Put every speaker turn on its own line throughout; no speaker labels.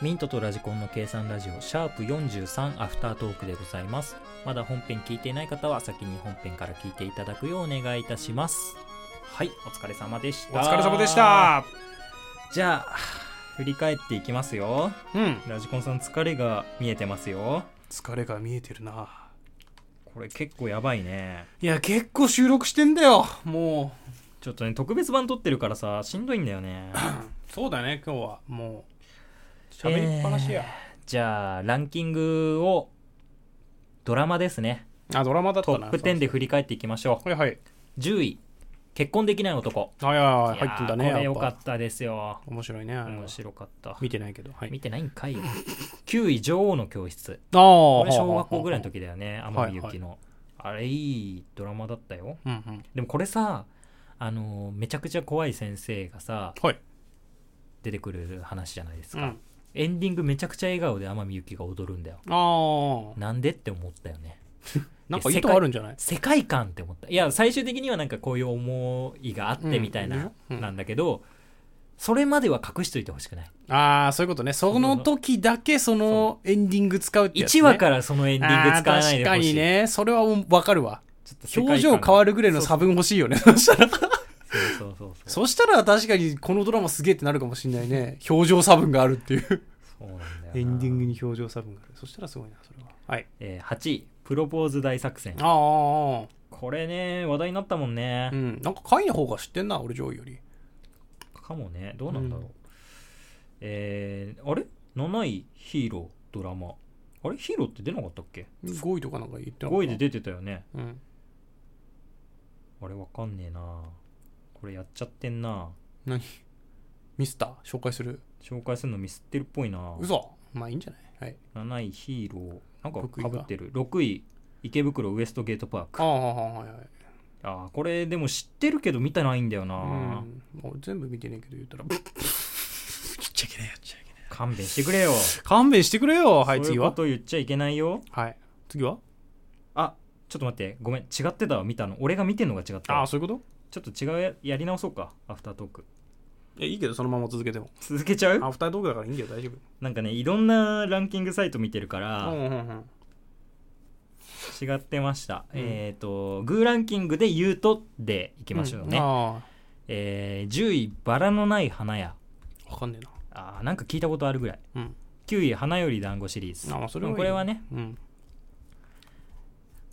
ミントとラジコンの計算ラジオシャープ43アフタートークでございますまだ本編聞いていない方は先に本編から聞いていただくようお願いいたしますはいお疲れ様でした
お疲れ様でした
じゃあ振り返っていきますよ
うん
ラジコンさん疲れが見えてますよ
疲れが見えてるな
これ結構やばいね
いや結構収録してんだよも
ちょっとね特別版撮ってるからさしんどいんだよね
うそうだね今日はもう喋りっぱなしや、
じゃあランキングをドラマですね
あドラマだった
ト
な
ップ10で振り返っていきましょ
はいはいう
10位結婚できない男
はいはいはい入ってんだね
いやーこれ
や
良
っ
か
ぱ
ったですよ
面白いねあれは
面白かった
見てないけどはい
見てないんかい9位女王の教室
ああ
これ
小
小学校ぐらいの時だよね
は
天
い
海祐希のあれいいドラマだったよ
うんうん
でもこれさあのーめちゃくちゃ怖い先生がさ
はい
出てくる話じゃないです
う
か
ん
エンディングめちゃくちゃ笑顔で天海祐希が踊るんだよ
ああ
なんでって思ったよね
なんか意図あるんじゃない
世界観って思ったいや最終的にはなんかこういう思いがあってみたいな、
うんうん
なんだけどそれまでは隠しといてほしくない、
ああそういうことねその時だけそのエンディング使うってやつ、ね、
1話からそのエンディング使わないでほ
あー確か
しい、
にねそれはわかるわ
ちょっと世界観
表情変わるぐらいの差分欲しいよね そしたら
そうそうそうそう
そしたら確かにこのドラマすげえってなるかもしれないね表情差分があるっていう
そうなんだよな
エンディングに表情差分があるそしたらすごいなそれははい
えー8位プロポーズ大作戦
あ
これね話題になったもんね
あ、うん、なんか会の方が知ってんな俺上位より
かもねどうなんだろう、
うん
えーあれ7位ヒーロードラマあれヒーローって出なかったっけ
5位とかなんか言ってなかった
5位で出てたよね
うん
あれわかんねえなこれやっちゃってんな
何ミスター紹介する
紹介するのミスってるっぽいな
嘘まあいいんじゃないは
7
い
位ヒーローなん
6
か
位
か
が
ぶってる6位池袋ウエストゲートパーク
ああはいはいはい
あーこれでも知ってるけど見てないんだよな、
うんもう全部見てねえけど言った ら言っちゃいけないやっちゃいけない
勘弁してくれよ
勘弁してくれよ は
はいいそうい
次
うこ
は
と言っちゃいけないよ
はい次は
あちょっと待ってごめん違ってたわ見たの俺が見てんのが違った
あ
わ
あそういうこ
ちょっと違うややり直そうかアフタートーク
とえいいけどそのまま続けても
続けちゃう
アフタートークだからいいんだよ大丈夫
なんかねいろんなランキングサイト見てるから、
うんうんうん
違ってました、
うん
えっ、とグーランキングで言うとでいきましょうね、
んあ
えー10位バラのない花屋
あ分かんねえな
あーなんか聞いたことあるぐらい
うん
9位花より団子シリーズ
あまあそれはいい
これはね
うん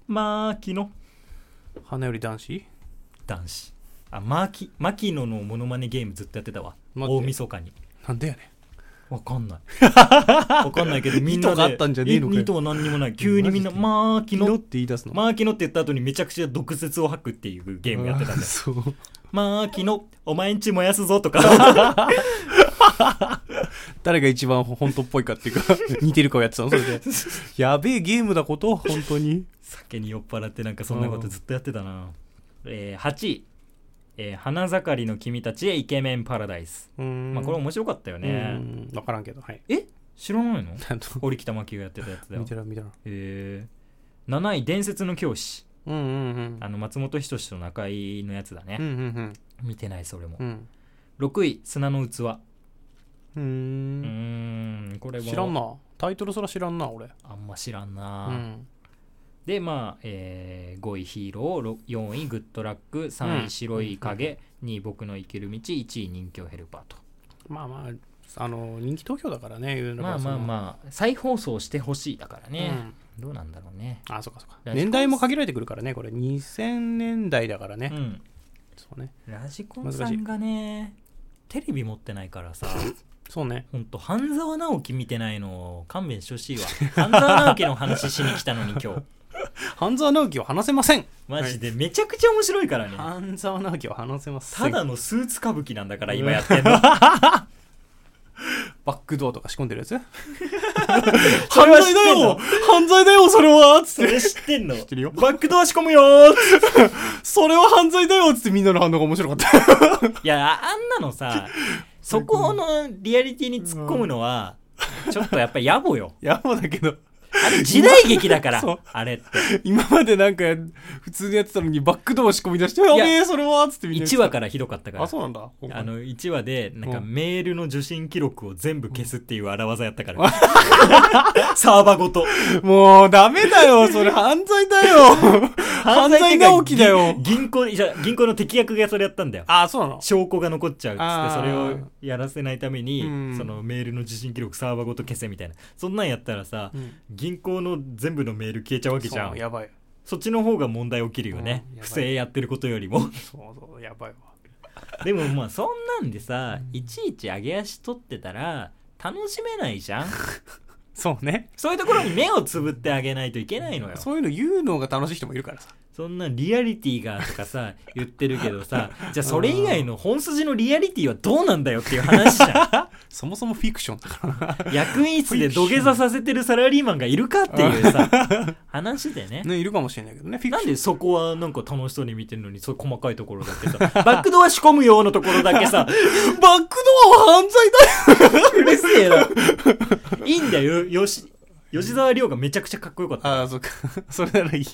マーキノ
花より男子
男子あマーキマキノのモノマネゲームずっとやってたわ
待って
大晦日に
なんでやね
わかん ないわかんないけどみんなで
意図があったんじゃねえのかよ
意図は何にもない急にみんな
マジで
マーキ
昨日っ
ノ
て言い出すの
マーキノって言った後にめちゃくちゃ毒舌を吐くっていうゲームやってたん
うん
だよ
そう
マーキノお前んち燃やすぞとか
誰が一番本当っぽいかっていう か似てるかをやってたのそれでやべえゲームだこと本当に
酒に酔っ払ってなんかそんなことずっとやってたな、えー8位、えー花盛りの君たちへイケメンパラダイス」
うん
まあこれ面白かったよね
分からんけどはい
え知らないの
あの
堀北真希がやってたやつだよ
見てら見てら
えー、7位「伝説の教師
うんうんうん」
あの松本人志と中井のやつだね
う、んうん
見てないそれも
うんうん
6位「砂の器」
うー
うー
ん
んこれも
知らんなタイトルそら知らんな俺
あんま知らんな、
うん
でまあ、えー5位ヒーローろ4位グッドラック3
う
位
ん
白い影、2位僕の生きる道1位人気をヘルパーと
まあまああの人気投票だからね言うのが
まあまあまあ再放送してほしいだから
そのう
ね、
ん
どうなんだろうね
あそうかそうか
ラジコン
年代も限られてくるからねこれ2000年代だから
う
ね、
ん
そうね
ラジコンさんがねテレビ持ってないからさ
そうね
ほんと半沢直樹見てないの勘弁してほしいわ 半沢直樹の話しに来たのに今日
半沢直樹を話せません
マジでめちゃくちゃ面白いからね、
半沢直樹を話せませ
た
ん
だのスーツ歌舞伎なんだから今やってん の
バックドアとか仕込んでるや つ
そ
犯
れは知っ
罪
て
だ
んの
よ犯罪だよそれはつ
そ
って
れ知ってんの
てるよ
バックドア仕込むよー
それは犯罪だよつってみんなの反応が面白かった
いやああんなのさ そこのリアリティに突っ込むのはちょっとやっぱり野暮よ
やばだけど
あれ時代劇だから
そう
あれって
今までなんか普通にやってたのにバックドア仕込み出して「やべえそれは」っつってみんな
1話からひどかったから
あそうなんだ
あの1話でなんか
うん
メールの受信記録を全部消すっていう荒技やったから サーバーごと
もうダメだよそれ犯罪だよ 犯罪が起きだよ
銀行じゃ銀行の敵役がそれやったんだよ
あそうなの
証拠が残っちゃうっつ
あ
ってそれ
ー
をやらせないために
うん
そのメールの受信記録サーバーごと消せみたいなそんなんやったらさ銀行の全部のメール消えちゃうわけじゃ
そうんやばい
そっちの方が問題起きるよね
うんやば
不
い
正やってることよりも
そうそうやばいわ
でもまあそんなんでさいちいち上げ足取ってたら楽しめないじゃん
そうね
そういうところに目をつぶってあげないといけないのよ
そういうの言うのが楽しい人もいるからさ
そんなリアリティがとか さ言ってるけどさじゃあそれ以外の本筋のリアリティはどうなんだよっていう話じゃ
そもそもフィクションだから な
ん役員室で土下座させてるサラリーマンがいるかっていう さ話でね
ねいるかもしれないけどねフィク
なん
ション
でそこはなんか楽しそうに見てるのにそう細かいところだけさ バックドア仕込むようなところだけさ
バックドアは犯罪だよ
うるせえないいんだよよし吉沢亮がめちゃくちゃかっこよかった
ああそっか それならいい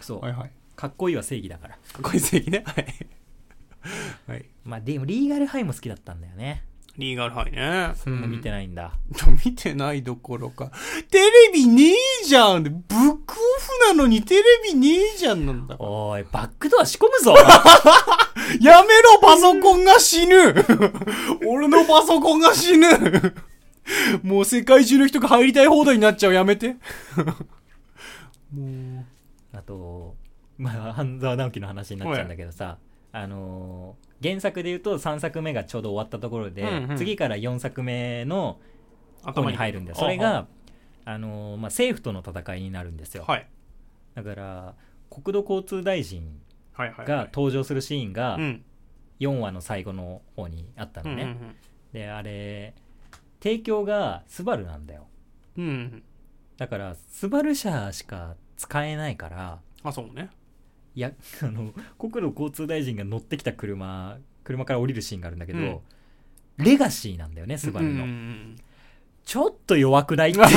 そう
はいはい
かっこいいは正義だから
かっこいい正義ねはいはい
まあでもリーガルハイも好きだったんだよね
リーガルハイね
それも見てないんだ、
見てないどころか、テレビねえじゃんブックオフなのにテレビねえじゃんなんだ。
おいバックドア仕込む ぞ
やめろパソコンが 死ぬ俺のパソコンが死ぬもう世界中の人が入りたい放題になっちゃうやめても
あと、まあ、半沢直樹の話になっちゃうんだけどさ、あのー原作で言うと3作目がちょうど終わったところで、
うんうん
次から4作目の
う
方に入るんだよそれが、あのーまあ、政府との戦いになるんですよ、
はい
だから国土交通大臣
はいはい
が登場するシーンが
うん
4話の最後の方にあった
う
の
ん
ね、であれ提供がスバルなんだよ
うんうん
だからスバル車しか使えないから
あそうね
いや あの国土交通大臣が乗ってきた車車から降りるシーンがあるんだけど、
うん
レガシーなんだよねスバルの、
うんうんうん
ちょっと弱くないっていう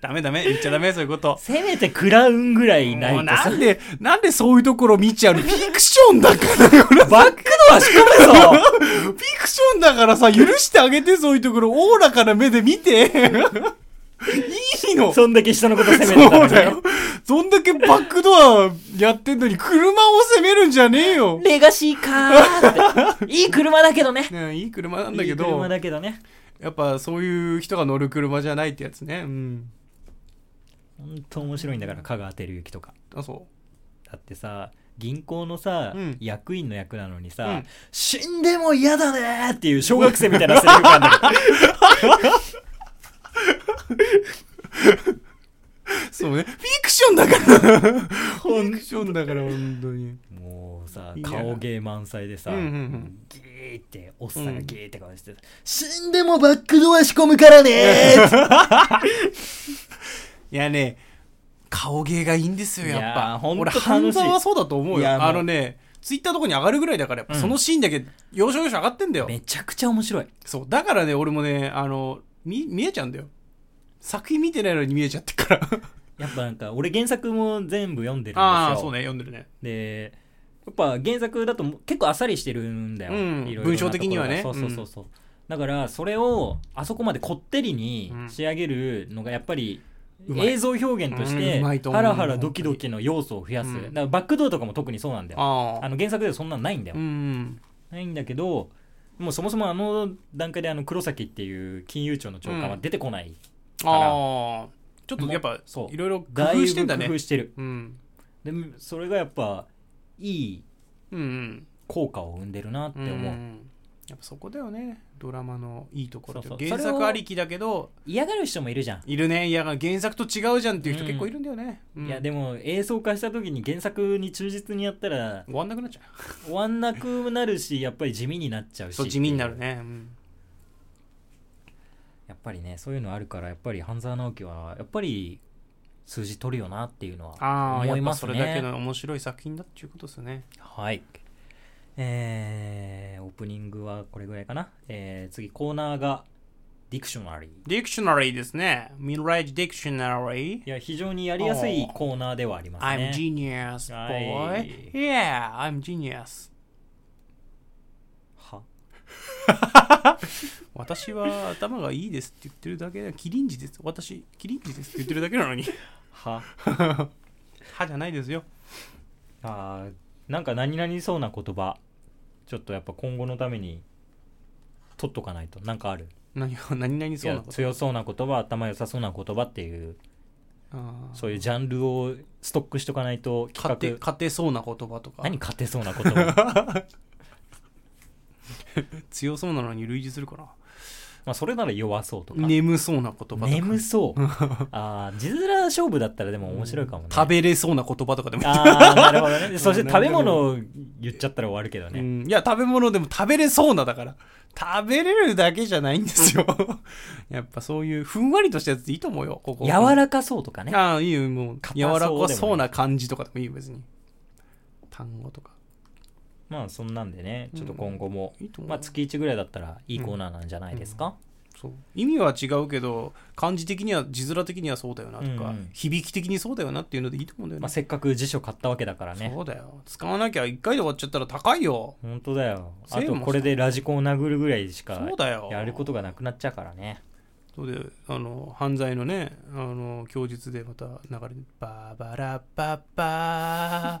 ダメダメ言っちゃダメそういうこと
せめてクラウンぐらいない
もう
とさ
なんでなんでそういうところ見ちゃうのフィクションだから
バックドア仕込むぞ
フィクションだからさ、許してあげて、そういうところ、おおらかな目で見て。いいの
そんだけ人のこと責めてた
そ
の
う
に
だ
ね
よ。そんだけバックドアやってんのに、車を責めるんじゃねえよ。
レガシーかーっていい車だけどね
ね、いい車なんだけ
いい
ど
車だけどね
やっぱそういう人が乗る車じゃないってやつね。うん。
ほんと面白いんだから香川照之とか
あ、そ
だってさ銀行のさ、
うん
役員の役なのにさ、
うん
死んでも嫌だねーっていう小学生みたいなセリフがあるんだけど
う。そうね。フィクションだから。フィクションだから、本当に。
もうさ
いや
顔芸満載でさ、
うんうんうん
ギーっておっさんがギーって顔して、死んでもバックドア仕込むからねーって
いやね、顔芸がいいんですよ、やっ
いやー
ぱ。
ほんと
俺、
楽しい
半沢はそうだと思う
いや
よ。
もう
あのね、ツイッターとかに上がるぐらいだから、やっぱ
うん
そのシーンだけ、要所要所上がってんだよ。
めちゃくちゃ面白い
そう。だからね、俺もね、あの、見、見えちゃうんだよ。作品見てないのに見えちゃってっから。
やっぱなんか俺原作も全部読んでるんですよ
ああ、そうね、読んでるね。
でやっぱ原作だと結構あっさりしてるんだよ、
うん
いろいろなところが
文章的にはね
そうそうそうそう、だからそれをあそこまでこってりに仕上げるのがやっぱり
うまい
映像表現として
うんうまいと思
ハ
う
ラハラドキドキの要素を増やす、
うん
だからバックドアとかも特にそうなんだよ
あ
あ
あ。
の原作ではそんなんないんだよ、
うん。
ないんだけどもうそもそもあの段階であの黒崎っていう金融庁の長官は出てこない、
ああ。ちょっとやっぱ、
そう
いろいろ工
だい
夫
ぶ
してんだね
工。夫してる
うん。
でそれがやっぱいい
うんうん。
効果を生んでるなって思う、
んやっぱそこだよね。ドラマのいいところって
そうそう
原
それ
作
を
ありきだけど、
嫌がる人もいるじゃん、
いるね。いや、原作と違うじゃんっていう人結構いるんだよね。うん
いやでも映像化した時に原作に忠実にやった ら
終わんなくなっちゃう。
終わんなくなるしやっぱり地味になっちゃうし
そう、地味になるね。うん
やっぱりねそういうのあるからやっぱり半沢直樹はやっぱり数字取るよなっていうのは
ああ、
思
やっ
い
ぱ
ます
そ
ね
れだけの面白い作品だっていうことですよね。
はい。えー、オープニングはこれぐらいかな。えー、次コーナーがディクショナリー。
ディクショナリーですね。ミドライジディクショナリー。
いや、非常にやりやすいコーナーではあります
I'm
ね。
genius,
は
boy.
い
Yeah, I'm genius.
は
私は頭がいいですって言ってるだけで、キリンジです。私、キリンジですって言ってるだけな のに。
は
歯じゃないですよ。
あーなんか何々そうな言葉、ちょっとやっぱ今後のために取っとかないと。なんかある。
何が何々そう
い
な
や
こと。
強そうな言葉、頭良さそうな言葉っていう、
あー
そういうジャンルをストックしとかないと
勝て
企画。
勝てそうな言葉とか
何勝てそうな言 葉
強そうなのに類似するか
まあそれなら弱そうとか。
な眠そうな言葉とか
眠 そう。ああ、字面勝負だったらでも面白いかもね。
食べれそうな言葉とかでも、
ああ、なるほど ね。そして
うん
食べ物を言っちゃったら終わるけど
う
ね。
ん、いや食べ物でも食べれそうなだから食べれるだけじゃないんで すよやっぱそういうふんわりとしたやつでいいと思うよここ
柔らかそうとかね。
ああいいよもう
硬そう
柔
でもいい
らかそうな感じとかでもいいよ別に単語とか
まあそんなんでね、ちょっと今後も、
いいと思う、
まあ月1ぐらいだったらいいコーナーなんじゃないですか。
そう意味は違うけど漢字的には字面的にはそうだよなとか、
うんうん
響き的にそうだよなっていうのでいいと思うんだよね
まあせっかく辞書買ったわけだからね。
そうだよ使わなきゃ1回で終わっちゃったら高いよ
本当だよ。
セー
あ
ルも
とこれでラジコンを殴るぐらいしか
そうだよ
やることがなくなっちゃうからね。
そうであの犯罪のねあの供述でまた流れて「バーバラッバッバー」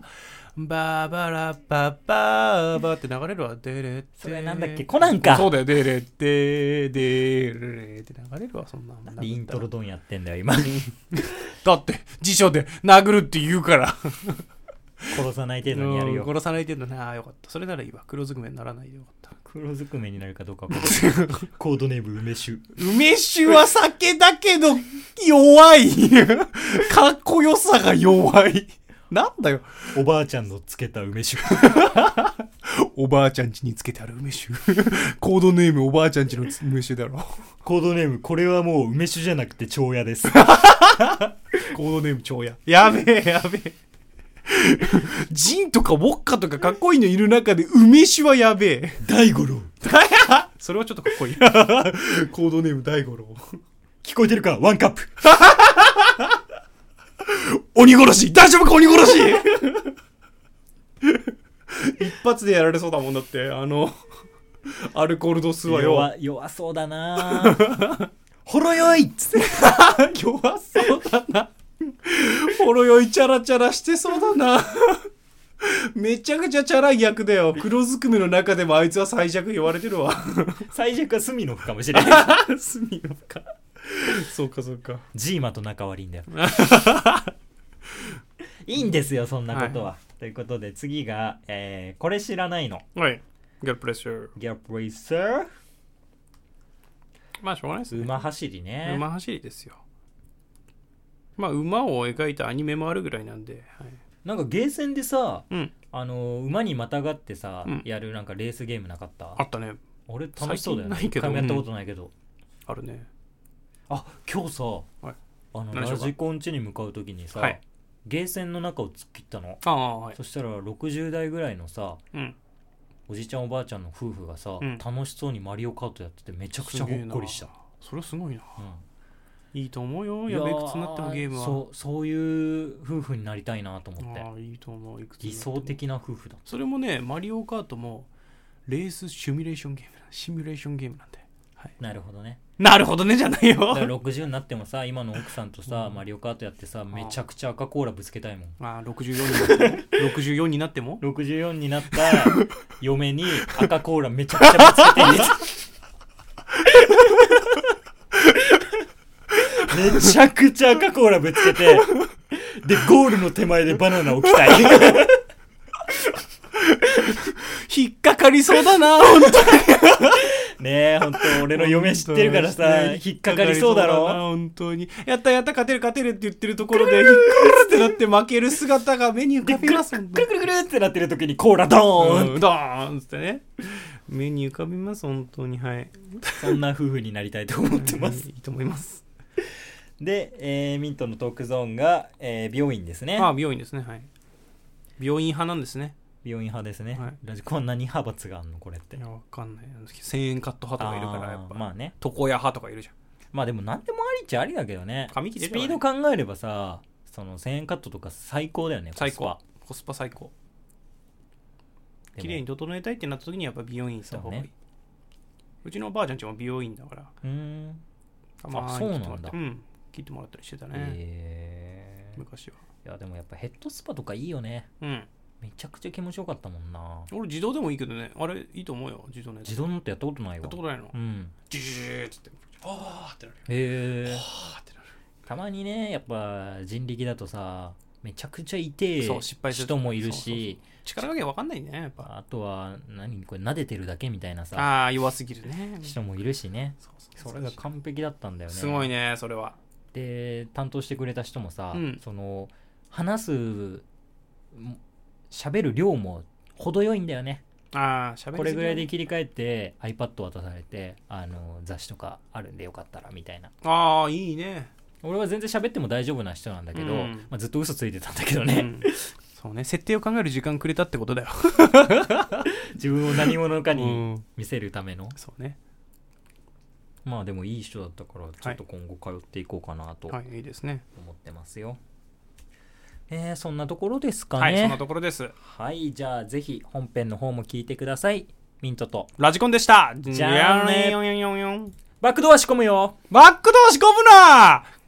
「バーバラッバッバー」バーって流れるわ「デレッテ」
それなんだっけコナンか
そうだよ「デレッテ」「デレッテ」流れるわそんな
でイントロドンやってんだよ、今。
だって辞書で殴るって言うから
殺さない程度にやる
うん
よ。
殺さない程度ねああよかったそれならいいわ黒ずくめにならないでよかった
黒ずくめになるかどうかはコードネーム梅酒。
梅酒は酒だけど弱いかっこよさが弱いなんだよ
おばあちゃんのつけた梅酒。
おばあちゃん家につけてある梅酒コードネームおばあちゃん家の梅酒だろ
コードネーム、これはもう梅酒じゃなくて蝶屋 です。
コードネーム蝶ややべえやべえジンとかウォッカとかかっこいいのいる中で梅酒はやべえ
大五郎。
それはちょっとかっこいいコードネーム大五郎
聞こえてるかワンカップ。
鬼殺し大丈夫か鬼殺し一発でやられそうだもんだってあのアルコール度数はよ
弱弱そうだなぁ ほろ酔いっつって。
弱そうだな。ほろ酔いチャラチャラしてそうだな。めちゃくちゃチャラい役だよ。黒ずくめの中でもあいつは最弱言われてる わ。
最弱は隅のかもしれ ない。
スミノか。そうかそうか。
ジーマと仲悪いん だよ。いいんですよ、そんなことは。ということで、次が、えーこれ知らないの。
はい。Get pressure。
ギャップレイサー。
まあしょうがないですね。
馬走りね。
馬走りですよ。まあ馬を描いたアニメもあるぐらいなんで。はい、
なんかゲーセンでさ、
うん。
あのー馬にまたがってさ、
うん
やるなんかレースゲームなかった
あったね。
あれ楽しそうだよね。
最近ないけ
一
ど
回もやったことないけど。
あるね。
あ今日さ、
い
あの
何でしょ
ラ
うか
ジコン地に向かう時にさ、
はい
ゲーセンの中を突っ切ったの、
ああ、はい。
そしたら60代ぐらいのさ
うん。
おじいちゃんおばあちゃんの夫婦がさ、
うん
楽しそうにマリオカートやっててめちゃくちゃほっこりした、
それはすごいな。
うん
いいと思うよ。やべえ、
い
い
やー
くつになってもゲームは。
そうそういう夫婦になりたいなと思って
ああいいと思ういくつに
理
なっても
想的な夫婦だ
それもねマリオカートもレースシミュレーションゲームなんシミュレーションゲームなんで、はい、
なるほどね
なるほどねじゃない
だ から
よ
60になってもさ今の奥さんとさ、マリオカートやってさめちゃくちゃ赤コーラぶつけたいもん
まあ64になってもね64になっても
64になった嫁に赤コーラめちゃくちゃぶつけて 入れためちゃくちゃ赤コーラぶつけてでゴールの手前でバナナ置きた い
引っかかりそうだな本当
ねえ本当俺の嫁知ってるからさ引っかかりそうだろ
本当にやったやった勝てる勝てるって言ってるところで引っかってなって負ける姿が目に浮かびます本
く
当
る
に
くるくるってなってる時にコーラドーン、
うんドーンっつってね目に浮かびます本当にはい
そんな夫婦になりたいと思ってます
いいと思います
で、えーミントのトークゾーンが、えー病院ですね
ああ病院ですねはい病院派なんですね
病院派ですね、
はい
ラジこんなに派閥があるのこれって
いやわかんない1000円カット派とかいるからやっぱ
あーまあね
床屋派とかいるじゃん
まあでも何でもありっちゃありだけどね
紙切れ
ス
れば
ピ
ね
ード考えればさその1000円カットとか最高だよね
最
コス
高
パ
コスパ最高
でも
綺麗に整えたいってなった時にやっぱ美容院行った方がいいう
そう
ちのおばあちゃんちも美容院だから
うーん
たま
あ
ー
そう
に
な
切
ん
っ
だ
てもらってうん切ってもらったりしてたね
えー
昔はい
やでもやっぱヘッドスパとかいいよね
うん
めちゃくちゃ気持ちよかったもんな
俺自動でもいいけどねあれいいと思うよ自動のやつ
自動のってやったことないわ
やったことないの
うん
ジュジュジューっつってあーってなる
へえ
あーってなる
たまにねやっぱ人力だとさめちゃくちゃ痛え
そう失敗する
人もいるし
力加減わかんないねやっぱ
あとは何これ撫でてるだけみたいなさ
ああー弱すぎるね
人もいるしね
そうそう
それが完璧だったんだよね
すごいねそれは
で担当してくれた人もさ、
うん
その話すも喋る量も程よいんだよね
ああしゃべ
これぐらいで切り替えて iPad 渡されてあの雑誌とかあるんでよかったらみたいな
ああいいね
俺は全然喋っても大丈夫な人なんだけど、
うん
まあ、ずっと嘘ついてたんだけど
う
ね、
んそうね設定を考える時間くれたってことだよ
自分を何者か
う
に
ん
見せるための、
そうね
まあでもいい人だったからちょっと今後通っていこうかなと
はいいいですね
思ってますよ、えーそんなところですかね
はいそんなところです
はい、じゃあぜひ本編の方も聞いてください。ミントと。
ラジコンでした
じゃあね
よんよんよんよん
バックドア仕込むよ
バックドア仕込むな